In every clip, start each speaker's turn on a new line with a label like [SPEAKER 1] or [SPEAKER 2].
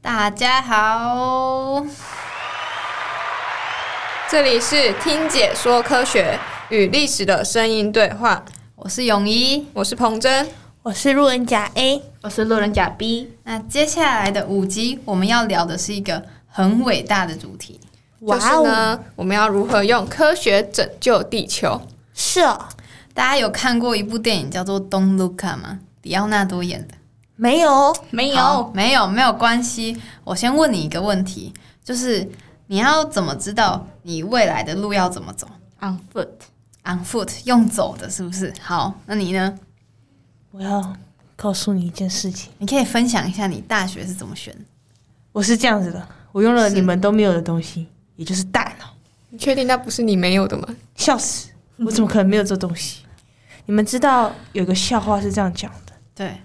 [SPEAKER 1] 大家好，
[SPEAKER 2] 这里是听解说科学与历史的声音对话，
[SPEAKER 1] 我是泳衣。
[SPEAKER 2] 我是彭真。
[SPEAKER 3] 我是路人甲哎 A，
[SPEAKER 4] 我是路人甲 B，
[SPEAKER 1] 那接下来的五集，我们要聊的是一个很伟大的主题。
[SPEAKER 2] 就是
[SPEAKER 3] 哦
[SPEAKER 2] 呢，我们要如何用科学拯救地球？
[SPEAKER 3] 是哦，
[SPEAKER 1] 大家有看过一部电影叫做《Don't Look Up》吗？迪奥纳多演的。
[SPEAKER 3] 没有哦，
[SPEAKER 4] 没
[SPEAKER 1] 好，没有，没有关系。我先问你一个问题，就是你要怎么知道你未来的路要怎么走
[SPEAKER 4] on foot，
[SPEAKER 1] ？On foot，用走的，是不是？好，那你呢？
[SPEAKER 3] 我要告诉你一件事情，
[SPEAKER 1] 你可以分享一下你大学是怎么选的？
[SPEAKER 3] 我是这样子的，我用了
[SPEAKER 1] 是
[SPEAKER 3] 你们都没有的东西，也就是大脑，
[SPEAKER 2] 你确定那不是你没有的吗？
[SPEAKER 3] 笑死， 我怎么可能没有这东西？你们知道有个笑话是这样讲的：
[SPEAKER 1] 对，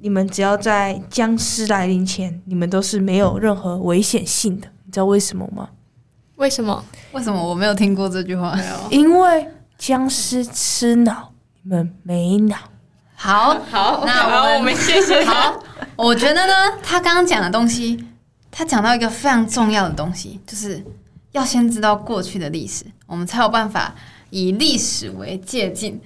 [SPEAKER 3] 你们只要在僵尸来临前，你们都是没有任何危险性的，你知道为什么吗？
[SPEAKER 2] 为什么？
[SPEAKER 1] 为什么我没有听过这句话？
[SPEAKER 3] 因为僵尸吃脑，你们没脑。
[SPEAKER 1] 好，
[SPEAKER 2] 好
[SPEAKER 1] 那我们
[SPEAKER 2] 谢谢。
[SPEAKER 1] 好，我觉得呢，他刚刚讲的东西，他讲到一个非常重要的东西，就是要先知道过去的历史，我们才有办法以历史为借鉴。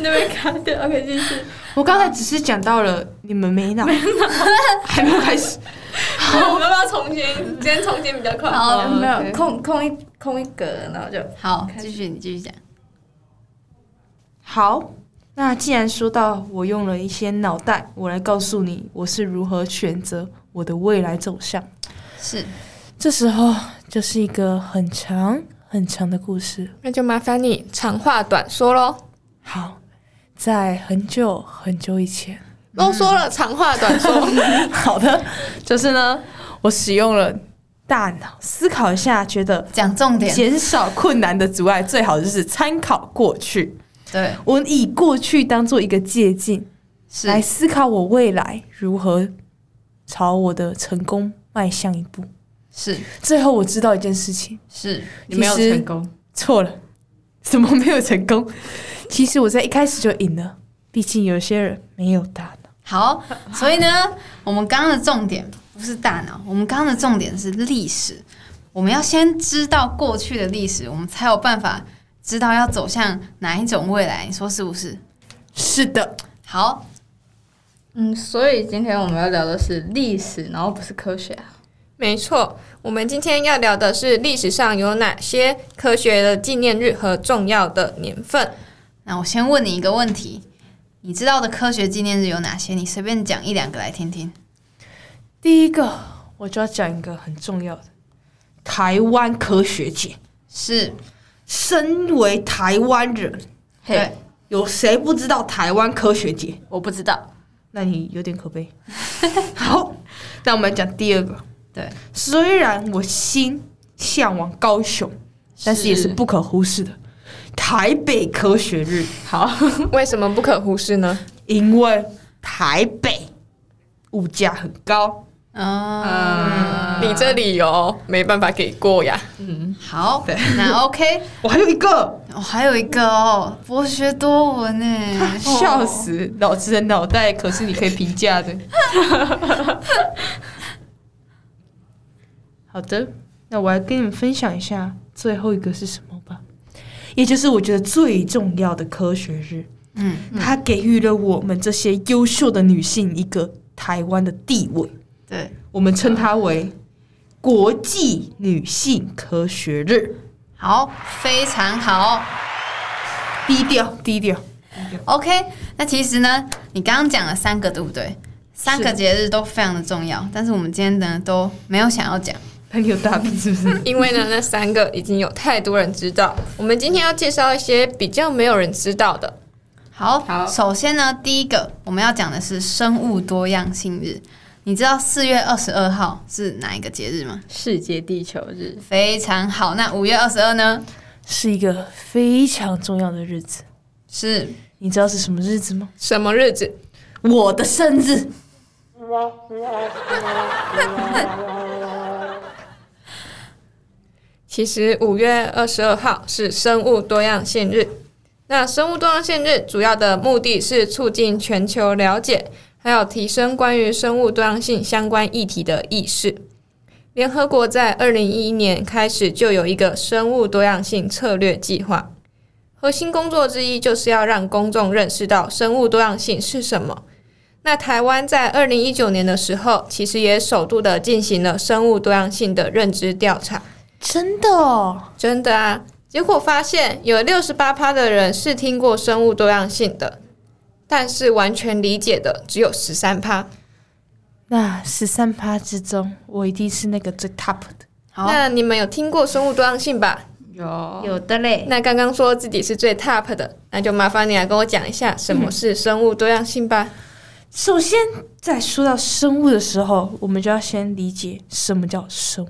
[SPEAKER 4] 那边卡 掉，OK，继续。
[SPEAKER 3] 我刚才只是讲到了你们没脑，
[SPEAKER 2] 还没有开始。
[SPEAKER 4] 我们要重新，今天重新比较快。
[SPEAKER 1] 好
[SPEAKER 4] 没有
[SPEAKER 2] OK
[SPEAKER 4] 空空一空一格，然后就
[SPEAKER 1] 好，继续，你继续讲。
[SPEAKER 3] 好，那既然说到我用了一些脑袋，我来告诉你我是如何选择我的未来走向。
[SPEAKER 1] 是，
[SPEAKER 3] 这时候就是一个很长很长的故事。
[SPEAKER 2] 那就麻烦你长话短说喽。
[SPEAKER 3] 好，在很久很久以前，
[SPEAKER 2] 啰嗦了，长话短 说。
[SPEAKER 3] 好的，就是呢，我使用了大脑思考一下，觉得
[SPEAKER 1] 讲重点。
[SPEAKER 3] 减少困难的阻碍，最好就是参考过去。
[SPEAKER 1] 对，
[SPEAKER 3] 我以过去当做一个借鉴，
[SPEAKER 1] 是
[SPEAKER 3] 来思考我未来如何朝我的成功迈向一步。
[SPEAKER 1] 是
[SPEAKER 3] 最后我知道一件事情，
[SPEAKER 1] 是，
[SPEAKER 3] 你没有成
[SPEAKER 4] 功，
[SPEAKER 3] 错了， 怎么没有成功？其实我在一开始就赢了，毕竟有些人没有大脑。
[SPEAKER 1] 好。所以呢，我们刚刚的重点不是大脑，我们刚刚的重点是历史。我们要先知道过去的历史，我们才有办法知道要走向哪一种未来。你说是不是？
[SPEAKER 3] 是的，
[SPEAKER 1] 好，
[SPEAKER 4] 嗯，所以今天我们要聊的是历史，然后不是科学啊。
[SPEAKER 2] 没错，我们今天要聊的是历史上有哪些科学的纪念日和重要的年份。
[SPEAKER 1] 那我先问你一个问题：你知道的科学纪念日有哪些？你随便讲一两个来听听。
[SPEAKER 3] 第一个我就要讲一个很重要的，台湾科学界。
[SPEAKER 1] 是，
[SPEAKER 3] 身为台湾人，
[SPEAKER 1] 对，
[SPEAKER 3] 有谁不知道台湾科学界？
[SPEAKER 4] 我不知道，
[SPEAKER 3] 那你有点可悲。好，那我们来讲第二个。
[SPEAKER 1] 对，
[SPEAKER 3] 虽然我心向往高雄，但是也是不可忽视的台北科学日，
[SPEAKER 2] 为什么不可忽视呢？
[SPEAKER 3] 因为台北物价很高。
[SPEAKER 1] 嗯，
[SPEAKER 2] 你这理由没办法给过呀。
[SPEAKER 1] 好，那 OK，
[SPEAKER 3] 我还有一个，
[SPEAKER 1] 我、还有一个哦，博学多闻呢，
[SPEAKER 3] 笑死，老子的脑袋可是你可以评价的。 好的，那我来跟你们分享一下最后一个是什么吧，也就是我觉得最重要的科学日。
[SPEAKER 1] 嗯，
[SPEAKER 3] 她给予了我们这些优秀的女性一个台湾的地位，
[SPEAKER 1] 对，
[SPEAKER 3] 我们称它为国际女性科学日。
[SPEAKER 1] 好，非常好
[SPEAKER 3] 低调，低调。
[SPEAKER 1] ，OK。那其实呢，你刚刚讲了三个，对不对？三个
[SPEAKER 3] 是
[SPEAKER 1] 节日都非常的重要，但是我们今天呢都没有想要讲。
[SPEAKER 3] 那你有大病是不是？
[SPEAKER 2] 因为呢，那三个已经有太多人知道。我们今天要介绍一些比较没有人知道的。
[SPEAKER 1] 好，
[SPEAKER 4] 好
[SPEAKER 1] 首先呢，第一个我们要讲的是生物多样性日。你知道四月二十二号是哪一个节日吗？
[SPEAKER 4] 世界地球日，
[SPEAKER 1] 非常好，那五月二十二呢？
[SPEAKER 3] 是一个非常重要的日子。
[SPEAKER 1] 是
[SPEAKER 3] 你知道是什么日子吗？
[SPEAKER 2] 什么日子？
[SPEAKER 3] 我的生日。
[SPEAKER 2] 其实五月二十二号是生物多样性日。那生物多样性日主要的目的是促进全球了解，还有提升关于生物多样性相关议题的意识。联合国在二零一一年开始就有一个生物多样性策略计划，核心工作之一就是要让公众认识到生物多样性是什么。那台湾在二零一九年的时候，其实也首度的进行了生物多样性的认知调查。
[SPEAKER 3] 真的哦，
[SPEAKER 2] 真的啊！结果发现有六十八趴的人是听过生物多样性的，但是完全理解的只有十三趴。
[SPEAKER 3] 那十三趴之中，我一定是那个最 top 的。
[SPEAKER 1] 好，
[SPEAKER 2] 那你们有听过生物多样性吧？
[SPEAKER 4] 有
[SPEAKER 1] 有的嘞。
[SPEAKER 2] 那刚刚说自己是最 top 的，那就麻烦你来跟我讲一下什么是生物多样性吧。
[SPEAKER 3] 首先，在说到生物的时候，我们就要先理解什么叫生物。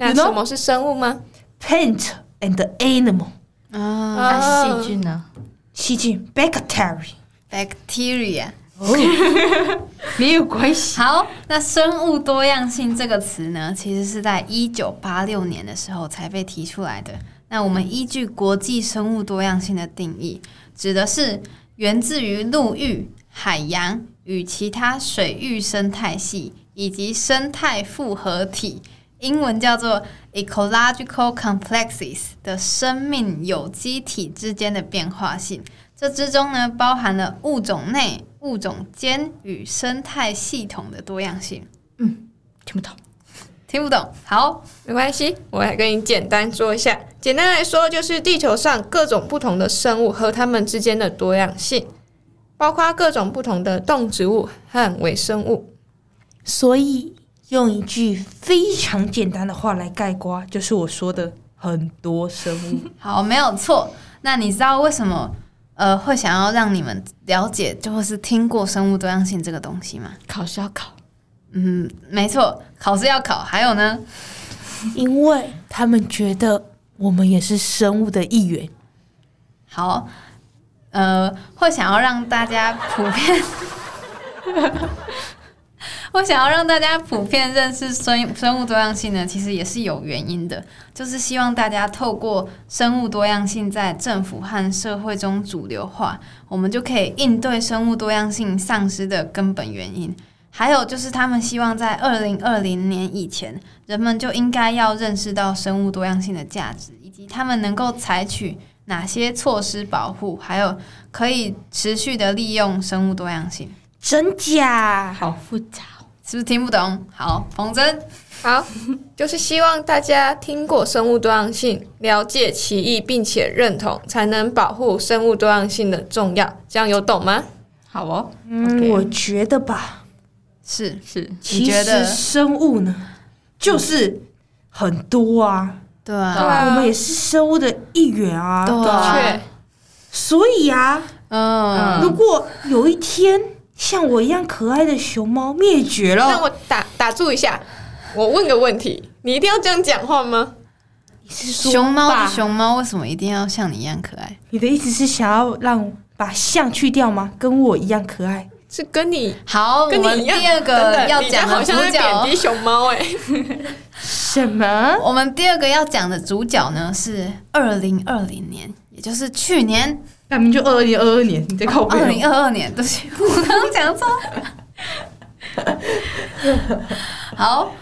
[SPEAKER 2] 那
[SPEAKER 3] You know？
[SPEAKER 2] 什么是生物吗？
[SPEAKER 3] Plant and animal，
[SPEAKER 1] 啊
[SPEAKER 4] 那
[SPEAKER 2] 哦
[SPEAKER 4] 细菌呢？
[SPEAKER 3] 细菌 bacteria。
[SPEAKER 1] ，bacteria。
[SPEAKER 4] 没有关系。
[SPEAKER 1] 好，那生物多样性这个词呢，其实是在一九八六年的时候才被提出来的。那我们依据国际生物多样性的定义，指的是源自于陆域、海洋与其他水域生态系以及生态复合体（英文叫做 ecological complexes） 的生命有机体之间的变化性。这之中呢，包含了物种内、物种间与生态系统的多样性。
[SPEAKER 3] 嗯听不懂，
[SPEAKER 1] 听不懂，好，
[SPEAKER 2] 没关系，我来跟你简单说一下。简单来说，就是地球上各种不同的生物和它们之间的多样性，包括各种不同的动植物和微生物。
[SPEAKER 3] 所以用一句非常简单的话来概括，就是我说的很多生 物。
[SPEAKER 1] 好，没有错。那你知道为什么呃会想要让你们了解，就或是听过生物多样性这个东西吗？
[SPEAKER 4] 考试要考，
[SPEAKER 1] 嗯，没错，考试要考。还有呢，
[SPEAKER 3] 因为他们觉得我们也是生物的一员。
[SPEAKER 1] 好，呃，会想要让大家普遍， 我想要让大家普遍认识生生物多样性呢，其实也是有原因的，就是希望大家透过生物多样性在政府和社会中主流化，我们就可以应对生物多样性丧失的根本原因。还有就是，他们希望在二零二零年以前，人们就应该要认识到生物多样性的价值，以及他们能够采取哪些措施保护，还有可以持续的利用生物多样性，
[SPEAKER 3] 真假？
[SPEAKER 4] 好复杂哦。
[SPEAKER 1] 是不是听不懂？好，彭真，
[SPEAKER 2] 好，就是希望大家听过生物多样性，了解其意，并且认同，才能保护生物多样性的重要。这样有懂吗？
[SPEAKER 4] 好哦，
[SPEAKER 3] 嗯，
[SPEAKER 4] OK
[SPEAKER 3] 我觉得吧，
[SPEAKER 1] 是
[SPEAKER 4] 是
[SPEAKER 1] 你
[SPEAKER 3] 其
[SPEAKER 1] 觉
[SPEAKER 3] 实
[SPEAKER 1] 得
[SPEAKER 3] 生物呢，就是很多啊，
[SPEAKER 1] 对啊，
[SPEAKER 4] 对啊
[SPEAKER 3] 我们也是生物的一员啊。
[SPEAKER 1] 对
[SPEAKER 2] 的
[SPEAKER 1] 啊，
[SPEAKER 2] 确，
[SPEAKER 3] 所以啊，
[SPEAKER 1] 嗯，
[SPEAKER 3] 如果有一天像我一样可爱的熊猫灭绝
[SPEAKER 2] 让
[SPEAKER 3] 了，
[SPEAKER 2] 我打打住一下。我问个问题，你一定要这样讲话吗？
[SPEAKER 3] 你是说
[SPEAKER 1] 熊猫
[SPEAKER 3] 把
[SPEAKER 1] 的熊猫为什么一定要像你一样可爱？
[SPEAKER 3] 你的意思是想要让把象去掉吗？跟我一样可爱？
[SPEAKER 2] 是跟你
[SPEAKER 1] 好，我
[SPEAKER 2] 跟
[SPEAKER 1] 们
[SPEAKER 2] 你一
[SPEAKER 1] 第
[SPEAKER 2] 样，
[SPEAKER 1] 二
[SPEAKER 2] 等
[SPEAKER 1] 个
[SPEAKER 2] 等
[SPEAKER 1] 要
[SPEAKER 2] 你这
[SPEAKER 1] 讲
[SPEAKER 2] 样
[SPEAKER 1] 的
[SPEAKER 2] 好
[SPEAKER 1] 主
[SPEAKER 2] 像在贬
[SPEAKER 1] 角，
[SPEAKER 2] 低熊猫哎、
[SPEAKER 3] 什么？
[SPEAKER 1] 我们第二个要讲的主角呢是二零二零年，也就是去年
[SPEAKER 3] 那明就二零二二年，你在靠哦
[SPEAKER 1] 二零二二年，对不起， 我刚刚讲错。 好，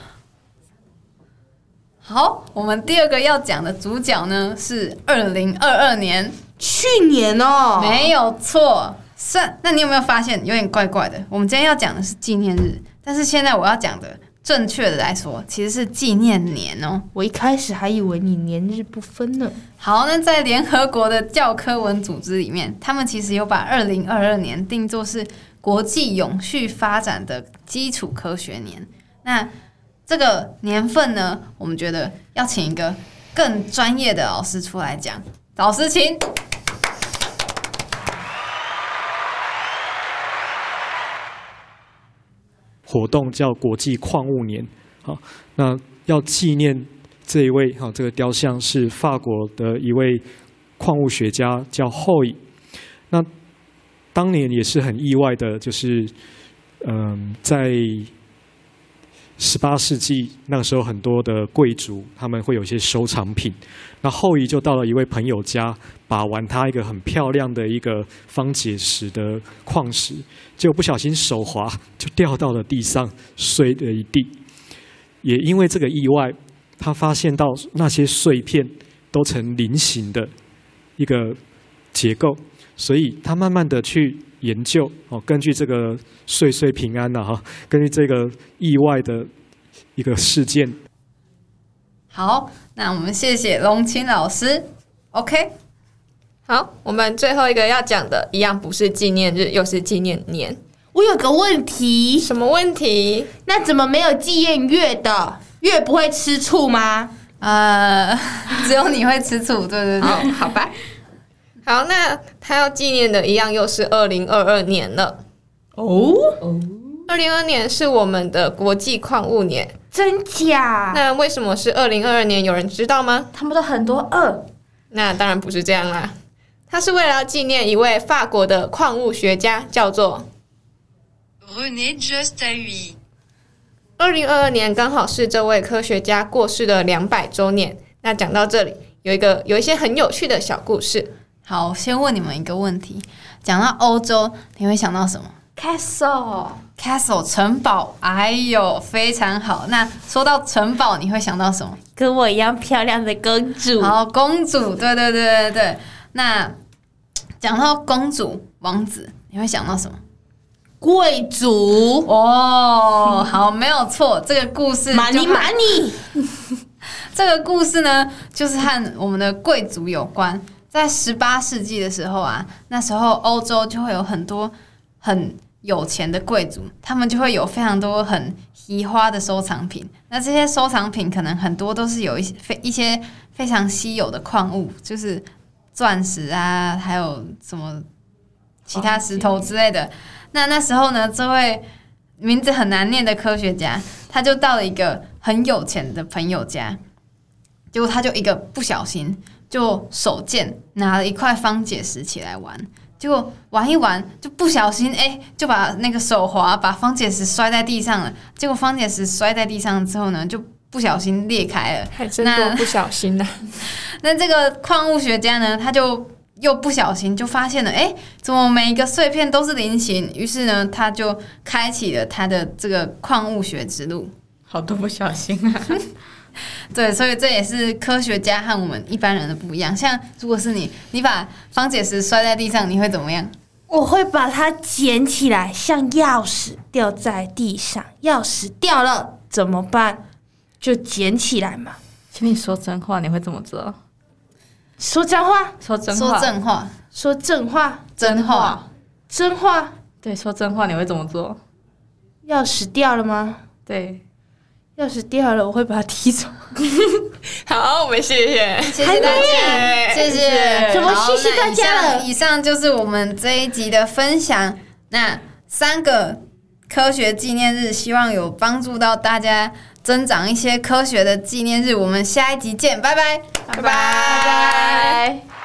[SPEAKER 1] 好，我们第二个要讲的主角呢是二零二二年，
[SPEAKER 3] 去年哦，
[SPEAKER 1] 没有错。是，那你有没有发现有点怪怪的？我们今天要讲的是纪念日，但是现在我要讲的，正确的来说，其实是纪念年哦、
[SPEAKER 3] 我一开始还以为你年日不分呢。
[SPEAKER 1] 好，那在联合国的教科文组织里面，他们其实有把二零二二年定作是国际永续发展的基础科学年。那这个年份呢，我们觉得要请一个更专业的老师出来讲。老师，请。
[SPEAKER 5] 活动叫国际矿物年。好，那要纪念这一位哈，好这个雕像是法国的一位矿物学家叫后羿。那当年也是很意外的，就是嗯、在十八世纪那个时候很多的贵族他们会有一些收藏品，那后羿就到了一位朋友家，把玩他一个很漂亮的一个方解石的矿石，结果不小心手滑 就掉到了地上，碎了一地。也因为这个意外，他发现到那些碎片都呈菱形的一个结构，所以他慢慢的去研究哦，根据这个岁岁平安呐、啊哈，根据这个意外的一个事件，
[SPEAKER 1] 好，那我们谢谢龙清老师。OK，
[SPEAKER 2] 好，我们最后一个要讲的，一样不是纪念日，又是纪念年。
[SPEAKER 6] 我有个问题，
[SPEAKER 2] 什么问题？
[SPEAKER 6] 那怎么没有纪念月的？月不会吃醋吗？
[SPEAKER 1] 呃，只有你会吃醋，对对对。
[SPEAKER 2] 好，好吧。好，那他要纪念的一样又是二零二二年了。
[SPEAKER 3] 哦，
[SPEAKER 2] 二零二年是我们的国际矿物年，
[SPEAKER 6] 真假？
[SPEAKER 2] 那为什么是二零二二年？有人知道吗？
[SPEAKER 6] 他们都很多
[SPEAKER 4] 呃
[SPEAKER 6] 二，
[SPEAKER 2] 那当然不是这样啦，它是为了要纪念一位法国的矿物学家，叫做
[SPEAKER 7] René Justahui.
[SPEAKER 2] 二零二二年刚好是这位科学家过世的两百周年。那讲到这里，有一个有一些很有趣的小故事。
[SPEAKER 1] 好，先问你们一个问题：讲到欧洲，你会想到什么
[SPEAKER 6] castle
[SPEAKER 4] 哦
[SPEAKER 1] ？Castle 城堡，哎呦，非常好。那说到城堡，你会想到什么？
[SPEAKER 6] 跟我一样漂亮的公主
[SPEAKER 1] 好，公主，对对对对对。那讲到公主、王子，你会想到什么？
[SPEAKER 6] 贵族
[SPEAKER 1] 哦， 好，没有错，这个故事就
[SPEAKER 6] 玛尼
[SPEAKER 1] 和
[SPEAKER 6] 玛尼，
[SPEAKER 1] 这个故事呢，就是和我们的贵族有关。在十八世纪的时候啊，那时候欧洲就会有很多很有钱的贵族，他们就会有非常多很奇花的收藏品。那这些收藏品可能很多都是有一些非一些非常稀有的矿物，就是钻石啊，还有什么其他石头之类的。那那时候呢，这位名字很难念的科学家，他就到了一个很有钱的朋友家，结果他就一个不小心就手贱拿了一块方解石起来玩，结果玩一玩就不小心哎、就把那个手滑把方解石摔在地上了。结果方解石摔在地上之后呢，就不小心裂开了。
[SPEAKER 2] 还
[SPEAKER 1] 真多
[SPEAKER 2] 不小心呐、啊
[SPEAKER 1] 那这个矿物学家呢，他就又不小心就发现了，哎，怎么每一个碎片都是菱形？于是呢，他就开启了他的这个矿物学之路。
[SPEAKER 4] 好多不小心啊！
[SPEAKER 1] 对，所以这也是科学家和我们一般人的不一样。像如果是你，你把方解石摔在地上，你会怎么样？
[SPEAKER 6] 我会把它捡起来，像钥匙掉在地上，钥匙掉了怎么办？就捡起来嘛。
[SPEAKER 4] 请你说真话，你会怎么做？
[SPEAKER 6] 说脏话，
[SPEAKER 4] 说真
[SPEAKER 1] 说
[SPEAKER 4] 话，
[SPEAKER 1] 正话，
[SPEAKER 6] 说正话，
[SPEAKER 1] 真话。
[SPEAKER 6] 真话。
[SPEAKER 4] 对，说真话你会怎么做？
[SPEAKER 6] 钥匙掉了吗？
[SPEAKER 4] 对，
[SPEAKER 6] 钥匙掉了，我会把它踢走。
[SPEAKER 2] 好，我们谢谢。
[SPEAKER 1] 谢谢大家，谢谢。
[SPEAKER 6] 怎么
[SPEAKER 1] 好
[SPEAKER 6] 谢谢大家
[SPEAKER 1] 那以
[SPEAKER 6] 了
[SPEAKER 1] 上以上就是我们这一集的分享。那三个科学纪念日，希望有帮助到大家增长一些科学的纪念日。我们下一集见，拜拜，拜拜。
[SPEAKER 6] 哎
[SPEAKER 4] 拜。